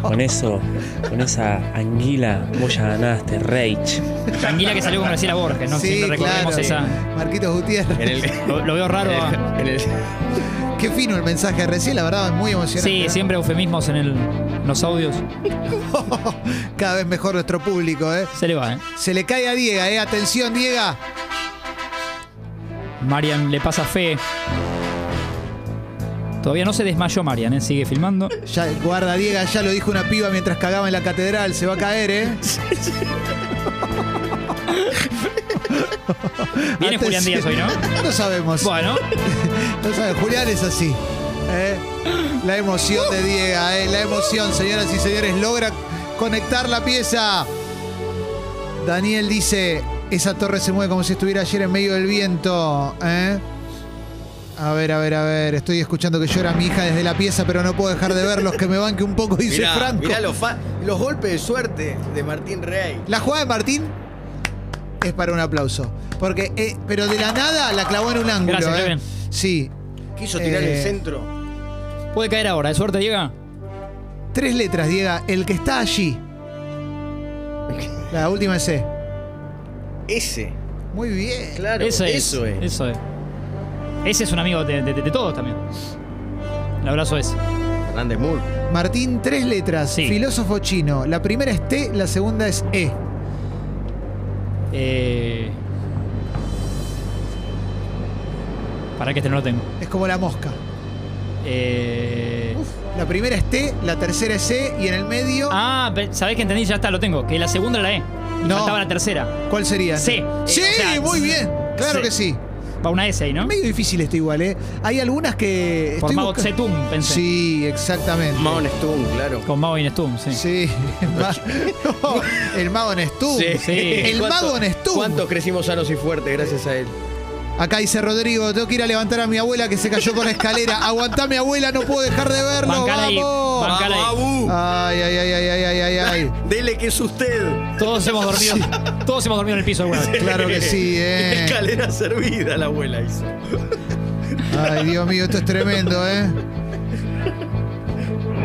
Speaker 9: Con eso, con esa anguila, vos ya ganaste, Reich.
Speaker 2: Anguila que salió con Graciela Borges, ¿no?
Speaker 1: Sí,
Speaker 2: Siempre recordemos
Speaker 1: claro.
Speaker 2: esa.
Speaker 1: Marquitos Gutiérrez.
Speaker 3: En el-
Speaker 2: Lo, lo veo
Speaker 1: [LAUGHS]
Speaker 2: raro. a-
Speaker 3: en el-
Speaker 1: Qué fino el mensaje recién, la verdad, es muy emocionante.
Speaker 2: Sí,
Speaker 1: ¿no?
Speaker 2: siempre eufemismos en, el, en los audios.
Speaker 1: Cada vez mejor nuestro público, ¿eh?
Speaker 2: Se le va, ¿eh?
Speaker 1: Se le cae a Diega, ¿eh? Atención, Diega.
Speaker 2: Marian le pasa fe. Todavía no se desmayó Marian, ¿eh? Sigue filmando.
Speaker 1: Ya, guarda, Diega, ya lo dijo una piba mientras cagaba en la catedral. Se va a caer,
Speaker 2: [LAUGHS]
Speaker 1: ¿eh? [LAUGHS]
Speaker 2: Viene
Speaker 1: Atención.
Speaker 2: Julián Díaz hoy, ¿no?
Speaker 1: No sabemos.
Speaker 2: Bueno,
Speaker 1: No sabemos. Julián es así. ¿eh? La emoción de Diego, ¿eh? la emoción, señoras y señores, logra conectar la pieza. Daniel dice, esa torre se mueve como si estuviera ayer en medio del viento. ¿eh? A ver, a ver, a ver, estoy escuchando que llora mi hija desde la pieza, pero no puedo dejar de verlos, que me banque un poco, dice
Speaker 3: Mirá,
Speaker 1: Franco.
Speaker 3: mirá los, fa- los golpes de suerte de Martín Rey.
Speaker 1: La jugada de Martín es para un aplauso. Porque, eh, pero de la nada la clavó en un ángulo. eh.
Speaker 2: Gracias, Clemen.
Speaker 1: Sí.
Speaker 3: Quiso tirar
Speaker 1: Eh,
Speaker 3: el centro.
Speaker 2: Puede caer ahora, de suerte, Diego.
Speaker 1: Tres letras, Diego. El que está allí. La última es C.
Speaker 3: Ese.
Speaker 1: Muy bien.
Speaker 3: Claro.
Speaker 2: Eso es.
Speaker 3: Eso es.
Speaker 2: Eso es. Ese es un amigo de, de- de todos también. El abrazo es.
Speaker 3: Fernández Moore.
Speaker 1: Martín, tres letras.
Speaker 2: Sí.
Speaker 1: Filósofo chino. La primera es T, la segunda es E.
Speaker 2: Eh... Para que este no lo tengo.
Speaker 1: Es como la mosca.
Speaker 2: Eh...
Speaker 1: La primera es T, la tercera es E y en el medio,
Speaker 2: Ah, pe- sabés que entendí, ya está, lo tengo. Que la segunda era la E. Y
Speaker 1: No.
Speaker 2: faltaba la tercera.
Speaker 1: ¿cuál sería?
Speaker 2: C.
Speaker 1: Sí,
Speaker 2: Eh, o sea,
Speaker 1: muy bien. Claro
Speaker 2: C.
Speaker 1: que sí.
Speaker 2: Va una S ahí, ¿no?
Speaker 1: Medio difícil esto igual, ¿eh? Hay algunas que.
Speaker 2: Por
Speaker 1: estoy
Speaker 2: Mao
Speaker 1: busca-
Speaker 2: Zedong, pensé.
Speaker 1: Sí, exactamente.
Speaker 3: Mount Stone, claro.
Speaker 2: Con Mao y Nestum, sí.
Speaker 1: Sí, el ma- no, [LAUGHS] el mago Nestum.
Speaker 2: sí.
Speaker 1: El
Speaker 3: ¿Cuánto-
Speaker 1: mago Nestum.
Speaker 3: ¿Cuántos crecimos sanos y fuertes gracias a él?
Speaker 1: Acá dice Rodrigo, tengo que ir a levantar a mi abuela que se cayó por la escalera. Aguantame, abuela, no puedo dejar de verlo.
Speaker 2: Bancala ahí,
Speaker 1: ¡Vamos!
Speaker 2: bancala ahí.
Speaker 3: Abu,
Speaker 1: Ay, ay, ay, ay, ay, ay, ay, ay.
Speaker 3: dele que es usted.
Speaker 2: Todos hemos dormido. Todos hemos dormido en el piso alguna vez.
Speaker 1: Claro que sí, eh.
Speaker 3: Escalera servida la abuela hizo.
Speaker 1: Ay, Dios mío, esto es tremendo, ¿eh?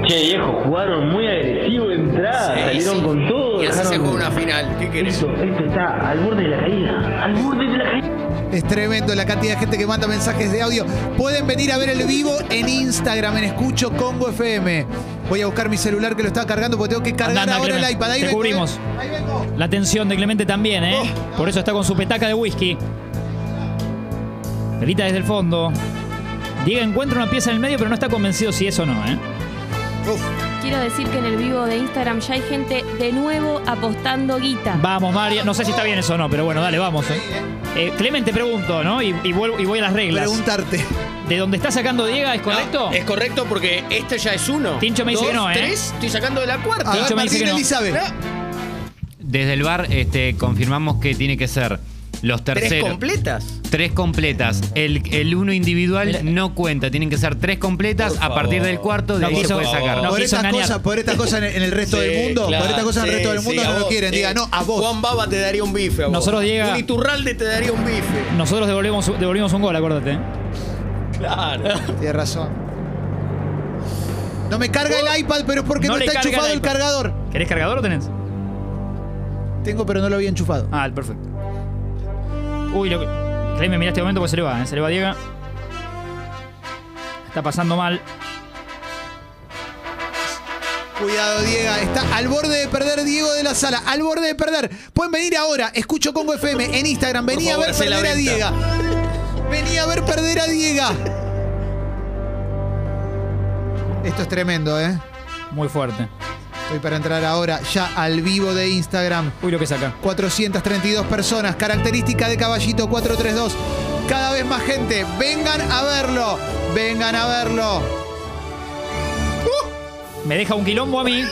Speaker 5: Che, viejo, jugaron muy agresivo de entrada, salieron con todo.
Speaker 3: Y así se
Speaker 5: dejaron-
Speaker 1: Mm.
Speaker 3: jugó una final. ¿Qué querés?
Speaker 5: Esto, esto está al borde de la caída, al borde de la caída.
Speaker 1: Es tremendo la cantidad de gente que manda mensajes de audio. Pueden venir a ver el vivo en Instagram, en Escucho Congo FM. Voy a buscar mi celular que lo estaba cargando porque tengo que cargar
Speaker 2: Andá, andá,
Speaker 1: ahora el
Speaker 2: Clemen.
Speaker 1: iPad. Ahí
Speaker 2: Te
Speaker 1: vengo, ¿eh?
Speaker 2: cubrimos.
Speaker 1: Ahí vengo.
Speaker 2: La tensión de Clemente también, ¿eh?
Speaker 1: Oh.
Speaker 2: Por eso está con su petaca de whisky. Pelita desde el fondo. Diego encuentra una pieza en el medio, pero no está convencido si es o no, ¿eh?
Speaker 10: Quiero decir que en el vivo de Instagram ya hay gente de nuevo apostando guita.
Speaker 2: Vamos, María. No sé si está bien eso o no, pero bueno, dale, vamos. ¿eh? Eh, Clemente, pregunto, ¿no? Y, y vuelvo- y voy a las reglas.
Speaker 1: Preguntarte.
Speaker 2: ¿De dónde está sacando Diego es correcto?
Speaker 3: No, Ah, es correcto porque este ya es uno.
Speaker 2: Tincho me dice
Speaker 3: Dos,
Speaker 2: que no, ¿eh?
Speaker 3: Tres, estoy sacando de la cuarta. Ah,
Speaker 1: A
Speaker 2: Tincho
Speaker 1: ver,
Speaker 2: me
Speaker 1: Martín
Speaker 2: dice que no.
Speaker 1: Elizabeth.
Speaker 8: Desde el bar este, confirmamos que tiene que ser los
Speaker 3: Tres
Speaker 8: terceros.
Speaker 3: completas.
Speaker 8: Tres completas. El, el uno individual
Speaker 2: El-
Speaker 8: no cuenta. Tienen que ser tres completas.
Speaker 3: Por
Speaker 8: A partir
Speaker 3: favor.
Speaker 8: del cuarto, de
Speaker 2: No
Speaker 8: ahí se
Speaker 2: quiso-
Speaker 8: puede sacar.
Speaker 2: no
Speaker 1: por,
Speaker 2: quiso
Speaker 1: estas
Speaker 2: engañar.
Speaker 1: cosas, por estas cosas en el- en el [LAUGHS] resto del mundo, por estas cosas en el resto del mundo no lo quieren. Diga, no, a Eh, vos.
Speaker 3: Juan Baba te daría un bife a vos.
Speaker 2: Nosotros, Diego-
Speaker 3: Un Iturralde te daría un bife.
Speaker 2: Nosotros devolvemos, devolvimos un gol, acuérdate. ¿eh?
Speaker 3: Claro.
Speaker 1: Tienes razón. No me carga el iPad, pero es porque no,
Speaker 2: No le
Speaker 1: está
Speaker 2: carga
Speaker 1: enchufado
Speaker 2: el
Speaker 1: el,
Speaker 2: iPad.
Speaker 1: cargador.
Speaker 2: ¿Querés cargador o tenés?
Speaker 1: Tengo, pero no lo había enchufado.
Speaker 2: Ah, el perfecto. Uy, lo que. Clemente, mirá este momento porque se le va, ¿eh? se le va Diego. Está pasando mal.
Speaker 1: Cuidado, Diego. Está al borde de perder Diego de la sala. Al borde de perder. Pueden venir ahora. Escucho Congo FM en Instagram. Vení
Speaker 3: Por
Speaker 1: a ver
Speaker 3: favor, hacé la
Speaker 1: perder a Diego.
Speaker 3: venta.
Speaker 1: Vení a ver perder a Diego. Esto es tremendo, ¿eh?
Speaker 2: Muy fuerte.
Speaker 1: Estoy para entrar ahora ya al vivo de Instagram.
Speaker 2: Uy, lo que saca.
Speaker 1: 432 personas, característica de Caballito 432. Cada vez más gente, vengan a verlo, vengan a verlo.
Speaker 2: Me deja un quilombo a mí.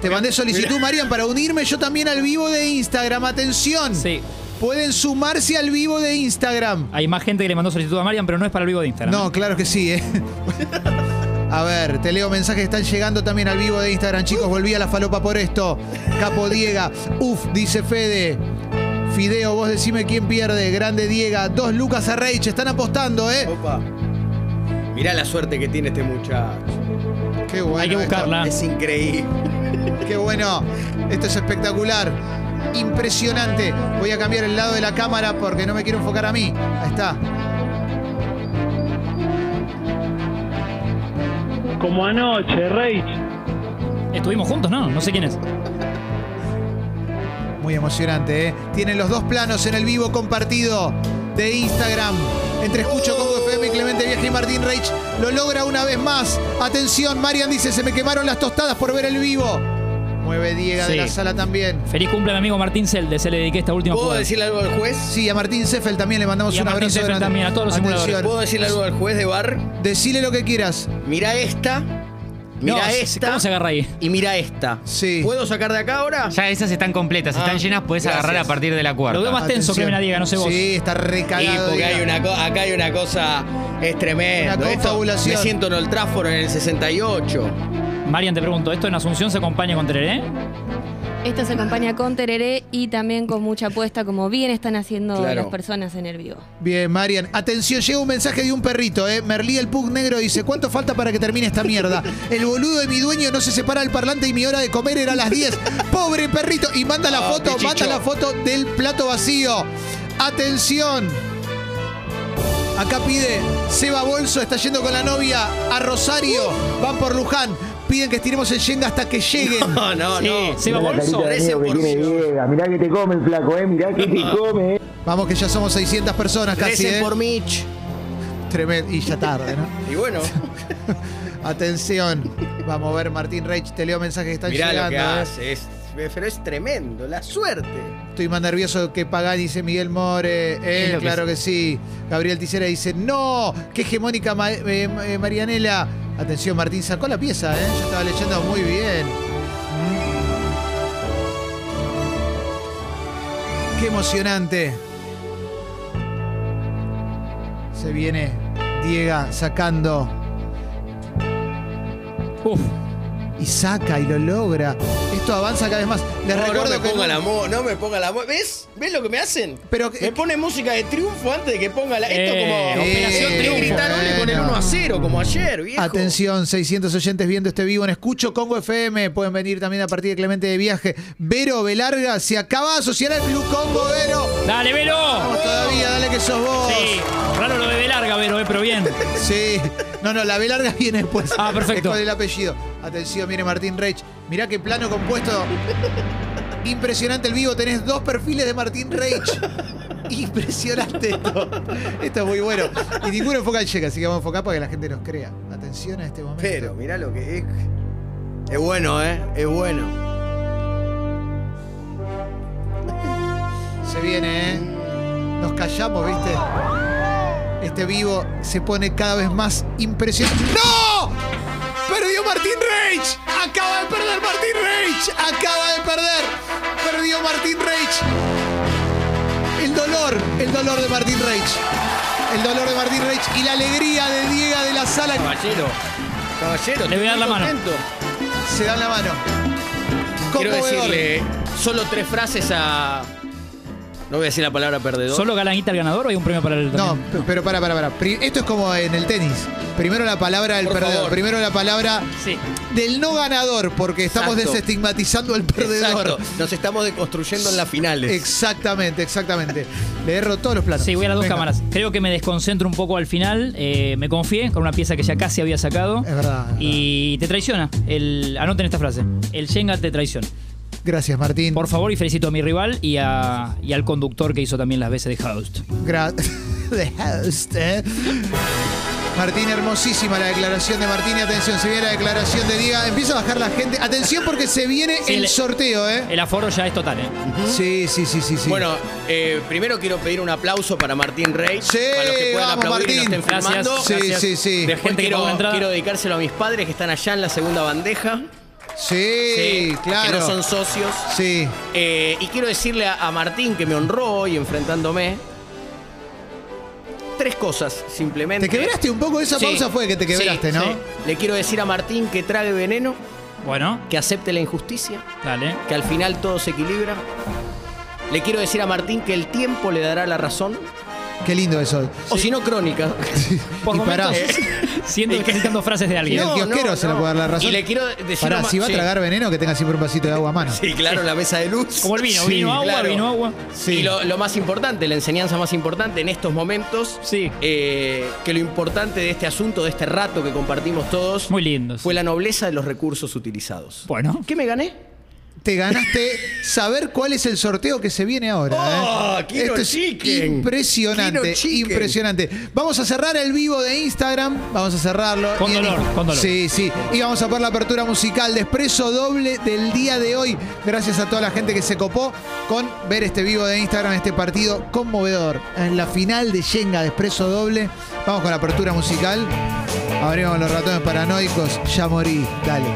Speaker 1: Te mandé solicitud, Marian, para unirme yo también al vivo de Instagram. Atención,
Speaker 2: Sí.
Speaker 1: pueden sumarse al vivo de Instagram.
Speaker 2: Hay más gente que le mandó solicitud a Marian, pero no es para el vivo de Instagram.
Speaker 1: No, claro que sí, ¿eh? [LAUGHS] A ver, te leo mensajes que están llegando también al vivo de Instagram. Chicos, volví a la falopa por esto. Capo Diega. Uf, dice Fede. Fideo, vos decime quién pierde. Grande Diega. Dos Lucas a Reich. Están apostando, ¿eh?
Speaker 3: [LAUGHS] Opa. Mirá la suerte que tiene este muchacho.
Speaker 1: Qué bueno.
Speaker 2: Hay que
Speaker 1: esto.
Speaker 2: buscarla.
Speaker 3: Es increíble.
Speaker 1: Qué bueno. Esto es espectacular. Impresionante. Voy a cambiar el lado de la cámara porque no me quiero enfocar a mí. Ahí está.
Speaker 5: Como anoche, Reich.
Speaker 2: Estuvimos juntos, ¿no? No sé quién es.
Speaker 1: Muy emocionante, ¿eh? Tienen los dos planos en el vivo compartido de Instagram. Entre Escucho Congo FM, Clemente Viaje y Martín Reich lo logra una vez más. Atención, Marian dice, se me quemaron las tostadas por ver el vivo. Mueve Diego de
Speaker 2: Sí.
Speaker 1: la sala también.
Speaker 2: Feliz cumple a mi amigo Martín Celde, se le dediqué esta última
Speaker 3: ¿Puedo
Speaker 2: jugada.
Speaker 3: decirle algo al juez?
Speaker 1: Sí, a Martín Seffel también le mandamos
Speaker 2: Y a
Speaker 1: un
Speaker 2: Martín
Speaker 1: abrazo
Speaker 2: Seffel
Speaker 1: grande.
Speaker 2: también, a todos los simuladores.
Speaker 3: ¿Puedo decirle algo al juez de bar?
Speaker 1: Decile lo que quieras.
Speaker 3: Mira esta.
Speaker 2: No,
Speaker 3: Mira
Speaker 2: se-
Speaker 3: esta.
Speaker 2: ¿Cómo se agarra ahí?
Speaker 3: Y mira esta.
Speaker 1: Sí.
Speaker 3: ¿Puedo sacar de acá ahora?
Speaker 8: Ya esas están completas,
Speaker 3: Ah,
Speaker 8: están llenas, puedes
Speaker 3: gracias.
Speaker 8: agarrar a partir de la cuarta.
Speaker 2: Lo veo más- tenso,
Speaker 1: Atención.
Speaker 2: Clemen Adiega, no sé vos.
Speaker 1: Sí, está
Speaker 3: Y
Speaker 1: recalado.
Speaker 3: porque hay una co- acá hay una cosa. Es tremendo.
Speaker 1: Una
Speaker 3: Esto-
Speaker 1: confabulación.
Speaker 3: me siento en el tráforo en el 68.
Speaker 2: Marian, te pregunto, ¿esto en Asunción se acompaña con Tereré?
Speaker 10: Esto se acompaña con tereré y también con mucha apuesta, como bien están haciendo
Speaker 3: Claro.
Speaker 10: las personas en el vivo.
Speaker 1: Bien, Marian. Atención, llega un mensaje de un perrito, ¿eh? Merlí el Pug Negro dice: ¿Cuánto falta para que termine esta
Speaker 3: [LAUGHS]
Speaker 1: mierda? El boludo de mi dueño no se separa del parlante y mi hora de comer era a las
Speaker 3: [LAUGHS]
Speaker 1: 10. ¡Pobre perrito! Y manda la
Speaker 3: Ah,
Speaker 1: foto,
Speaker 3: pichicho.
Speaker 1: manda la foto del plato vacío. Atención. Acá pide Seba Bolso, está yendo con la novia a Rosario.
Speaker 3: Uh.
Speaker 1: Van por Luján. Piden que estiremos el Yenga hasta que
Speaker 3: [LAUGHS]
Speaker 1: lleguen.
Speaker 3: No, no, no.
Speaker 2: Seba
Speaker 5: Mirá la
Speaker 2: Bolso.
Speaker 5: carita de miedo que tiene
Speaker 3: 13%.
Speaker 5: Diego. Mirá que te come el flaco, eh. Mirá que te come, eh.
Speaker 1: Vamos, que ya somos 600 personas casi.
Speaker 3: Recen
Speaker 1: ¿eh?
Speaker 3: por Mitch.
Speaker 1: Tremendo. Y ya tarde, ¿no?
Speaker 3: Y [LAUGHS] bueno,
Speaker 1: Atención, vamos a ver Martín Reich, te leo mensajes que están
Speaker 3: mirá lo
Speaker 1: llegando.
Speaker 3: que
Speaker 1: ¿eh?
Speaker 3: hace. es- pero es tremendo. La suerte.
Speaker 1: Estoy más nervioso que Pagani, dice Miguel More. Eh,
Speaker 8: Es lo que
Speaker 1: claro que, sí. Gabriel Tisera dice, no, qué hegemónica Ma- eh, eh, Marianela. Atención, Martín sacó la pieza, ¿eh? yo estaba leyendo muy bien. Mm. Qué emocionante. Se viene Diega sacando
Speaker 2: Uf,
Speaker 1: y saca y lo logra. Esto avanza cada vez más. Les
Speaker 3: no,
Speaker 1: recuerdo
Speaker 3: no me
Speaker 1: que
Speaker 3: ponga
Speaker 1: no-
Speaker 3: la mo- no me ponga la mo- ¿Ves? ¿Ves lo que me hacen?
Speaker 1: Pero-
Speaker 3: me pone música de triunfo antes de que ponga la. Esto
Speaker 2: Eh,
Speaker 3: como
Speaker 1: eh,
Speaker 3: operación triunfo. Gritar ole con el
Speaker 1: bueno.
Speaker 3: 1 a 0, como ayer, viejo.
Speaker 1: Atención, 600 oyentes viendo este vivo en Escucho Congo FM. Pueden venir también a partir de Clemente de Viaje. Vero Velarga se acaba de asociar al Club Congo, Vero.
Speaker 2: ¡Dale, Velo!
Speaker 1: Vamos todavía, dale que sos vos.
Speaker 2: Sí, raro lo de larga, Vero, eh, pero bien.
Speaker 1: Sí. No, no, la Velarga viene después.
Speaker 2: Ah, perfecto.
Speaker 1: Es con el apellido. Atención, viene Martín Reich. Mirá qué plano compuesto. Impresionante el vivo. Tenés dos perfiles de Martín Reich. Impresionante esto. Esto es muy bueno. Y ninguno enfoca el cheque, así que vamos a enfocar para que la gente nos crea. Atención a este momento.
Speaker 3: Pero mirá lo que es. Es bueno, ¿eh? Es bueno.
Speaker 1: Se viene, ¿eh? Nos callamos, ¿viste? Este vivo se pone cada vez más impresionante. ¡No! ¡Perdió Martín Reich! ¡Acaba de perder Martín Reich! ¡Acaba de perder! ¡Perdió Martín Reich! El dolor, el dolor de Martín Reich. El dolor de Martín Reich y la alegría de Diego de la sala.
Speaker 3: Caballero. Caballero.
Speaker 2: Le voy a
Speaker 3: estoy
Speaker 2: dar la
Speaker 3: muy
Speaker 2: mano.
Speaker 3: contento.
Speaker 1: Se dan la mano.
Speaker 3: Quiero
Speaker 1: Conmovedor.
Speaker 3: decirle solo tres frases a. No voy a decir la palabra perdedor.
Speaker 2: [LAUGHS] ¿Solo Galanguita el ganador o hay un premio para el
Speaker 1: No,
Speaker 2: también?
Speaker 1: p- pero para, para, para. Esto es como en el tenis. Primero la palabra del
Speaker 3: Por
Speaker 1: perdedor.
Speaker 3: favor.
Speaker 1: Primero la palabra
Speaker 2: Sí.
Speaker 1: del no ganador, porque estamos
Speaker 3: Exacto.
Speaker 1: desestigmatizando al
Speaker 3: Exacto.
Speaker 1: perdedor.
Speaker 3: Nos estamos deconstruyendo en las finales.
Speaker 1: Exactamente, exactamente. Le erro todos los planos.
Speaker 2: Sí, voy a las dos
Speaker 1: Venga.
Speaker 2: cámaras. Creo que me desconcentro un poco al final. eh, me confié con una pieza que ya casi había sacado.
Speaker 1: Es verdad. es
Speaker 2: Y te traiciona. El, anoten esta frase. El Shenga te traiciona.
Speaker 1: verdad. Gracias, Martín.
Speaker 2: Por favor, y felicito a mi rival y, a- y al conductor que hizo también las veces de host.
Speaker 1: [LAUGHS] Gra- [LAUGHS] The host, ¿eh? Martín, hermosísima la declaración de Martín. Y Atención, se viene la declaración de Diego. Empieza a bajar la gente. Atención porque se viene
Speaker 2: Sí,
Speaker 1: el
Speaker 2: le-
Speaker 1: sorteo, ¿eh?
Speaker 2: El aforo ya es total, ¿eh?
Speaker 1: Sí, sí, sí, sí, sí.
Speaker 3: Bueno, eh, primero quiero pedir un aplauso para Martín Rey.
Speaker 1: Sí,
Speaker 3: para los que puedan
Speaker 1: vamos,
Speaker 3: aplaudir y no
Speaker 1: Martín.
Speaker 3: estén filmando.
Speaker 1: Sí,
Speaker 2: gracias.
Speaker 1: sí, sí.
Speaker 2: De
Speaker 3: Después
Speaker 2: gente que
Speaker 3: quiero,
Speaker 2: pagó la entrada.
Speaker 3: quiero dedicárselo a mis padres que están allá en la segunda bandeja.
Speaker 1: sí,
Speaker 3: Sí,
Speaker 1: claro.
Speaker 3: Que no son socios.
Speaker 1: Sí.
Speaker 3: Eh, y quiero decirle a, a Martín que me honró hoy enfrentándome. Tres cosas, simplemente.
Speaker 1: Te quebraste un poco, esa
Speaker 3: Sí,
Speaker 1: pausa fue que te
Speaker 3: sí,
Speaker 1: quebraste, ¿no?
Speaker 3: sí. Le quiero decir a Martín que trague veneno,
Speaker 2: Bueno,
Speaker 3: que acepte la injusticia,
Speaker 2: dale.
Speaker 3: que al final todo se equilibra. Le quiero decir a Martín que el tiempo le dará la razón.
Speaker 1: Qué lindo eso.
Speaker 3: O si no, crónica.
Speaker 2: Por
Speaker 1: y
Speaker 2: momentos,
Speaker 1: pará.
Speaker 2: siento que estoy citando frases de
Speaker 1: Y
Speaker 2: alguien.
Speaker 1: el
Speaker 3: No,
Speaker 1: kiosquero
Speaker 3: no,
Speaker 1: se le
Speaker 3: no.
Speaker 1: puede dar la razón.
Speaker 3: Y le quiero decir
Speaker 1: Pará,
Speaker 3: a Ma-
Speaker 1: si va
Speaker 3: sí.
Speaker 1: a tragar veneno, que tenga siempre un vasito de agua a mano.
Speaker 3: Sí, claro, la mesa de luz.
Speaker 2: Como el vino,
Speaker 1: Sí,
Speaker 2: vino agua,
Speaker 3: claro.
Speaker 2: vino agua.
Speaker 1: Sí.
Speaker 3: Y lo, lo más importante, la enseñanza más importante en estos momentos,
Speaker 2: Sí.
Speaker 3: eh, que lo importante de este asunto, de este rato que compartimos todos,
Speaker 2: Muy lindo. sí.
Speaker 3: fue la nobleza de los recursos utilizados.
Speaker 2: Bueno,
Speaker 3: ¿Qué me gané?
Speaker 1: te ganaste saber cuál es el sorteo que se viene ahora.
Speaker 3: ¡Oh,
Speaker 1: ¿eh?
Speaker 3: Kino
Speaker 1: Esto es
Speaker 3: Chicken!
Speaker 1: impresionante,
Speaker 3: Kino Chicken.
Speaker 1: impresionante. Vamos a cerrar el vivo de Instagram, vamos a cerrarlo.
Speaker 2: Con
Speaker 1: Y en-
Speaker 2: dolor, con dolor.
Speaker 1: Sí, sí. Y vamos a poner la apertura musical de Expreso Doble del día de hoy. Gracias a toda la gente que se copó con ver este vivo de Instagram, este partido conmovedor. En la final de Yenga de Expreso Doble, vamos con la apertura musical. Abrimos los ratones paranoicos, ya morí, dale.